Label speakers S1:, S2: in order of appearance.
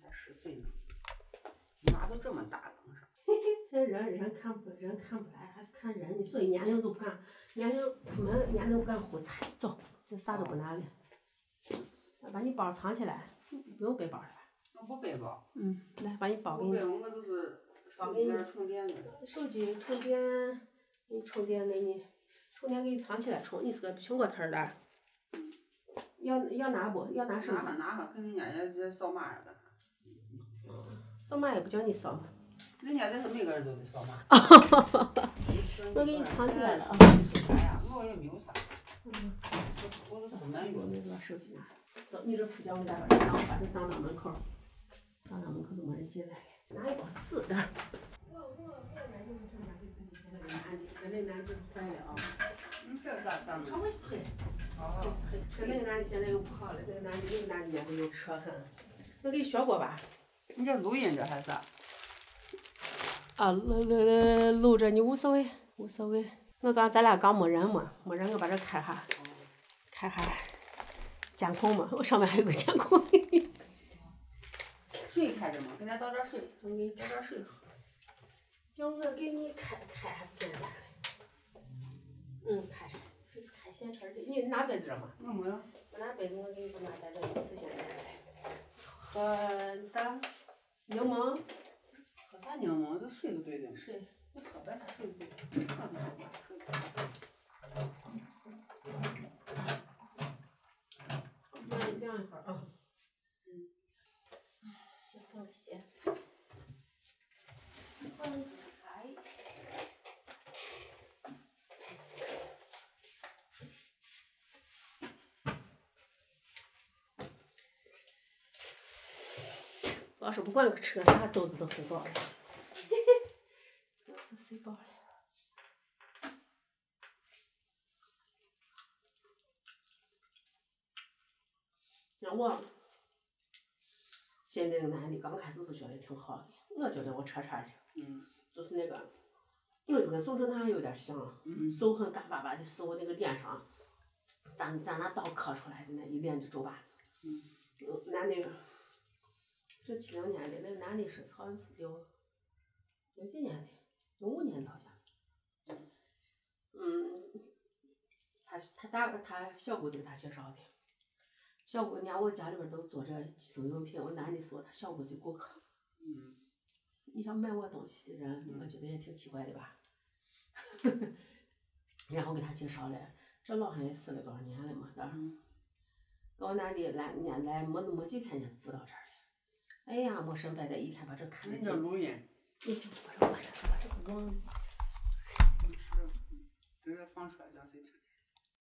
S1: 才十岁呢，娃都这么大了，是吧
S2: 这人人看不人看不来，还是看人。你说年龄都不干，年龄出门年龄不干胡猜，走，这啥都不拿了，把你包藏起来，不用背包了吧？
S1: 我不背包，
S2: 嗯，来把你包给
S1: 不
S2: 你
S1: 背，。我都是手机那儿充电的。
S2: 手机充电，你充电给你，充电给你藏起来充，你是个苹果头儿的。要要拿不？要拿手
S1: 拿
S2: 机？
S1: 哈拿哈，跟人家人家这扫码的，
S2: 扫码也不叫你扫码。
S1: 人家这是每个人都得扫 码。
S2: 我给你藏起来了啊
S1: 哎呀，我也没有啥，
S2: 嗯，
S1: 我我都出门
S2: 我
S1: 用
S2: 那个手机拿。走，你这副交给大伙儿，然后把这当到门口儿，当到门口儿都没人进来。拿一包吃的。我我我拿这个拿给自己先拿拿的，咱那拿就坏了啊。
S1: 嗯，这咋咋弄？
S2: 常规腿。
S1: 哦，
S2: 跟那个男的现在又不好了，那个男的那个男的也是又扯很。我给你学过吧？
S1: 你这录音这还是？
S2: 啊，录录录录着你无所谓，无所谓。我刚咱俩刚没人嘛，没人我把这开哈，开哈，监控嘛，我上面还有个监控。
S1: 水开着吗？给咱倒点水，
S2: 我给你
S1: 倒点水喝。
S2: 叫我给你开开还不简单嘞？嗯，开着，这是开现成的。你拿杯子了吗？
S1: 我没有，
S2: 我拿杯子，我给你怎么在这一次性拿起来？喝啥？柠檬？
S1: 喝啥柠檬？这水就对的。
S2: 水？
S1: 你喝白开水不？
S2: 晾晾一会儿啊。嗯。先换个鞋。换个鞋。老师不管个吃个啥，豆子都塞饱了。豆子都塞饱了。像我，现在那个男的刚开始是觉得挺好的，我觉得我扯扯的，
S1: 嗯
S2: 就是那个，有就跟宋正堂有点啊像，
S1: 嗯
S2: 手很干巴巴的手，那个脸上，咱咱拿刀刻出来的那一脸的皱巴子。
S1: 嗯
S2: 嗯，男的，这七零年的那个男的是好像是有，有几年的，有五年的好像。嗯，他他大他小姑子给他介绍的，小姑娘我家里边都做这寄生用品，我男的是我他小姑子的顾客。
S1: 嗯，
S2: 你想买我东西的人，我
S1: 嗯
S2: 觉得也挺奇怪的吧。然后给他介绍了，这老汉也死了多少年了嘛，当然。跟我男的来，人家来没没几天就住到这儿了。哎呀，没神白的一天把这看得
S1: 你这
S2: 紧，
S1: 录音，
S2: 你就把这关上，把这个忘了。
S1: 嗯你是直接放出来叫谁听？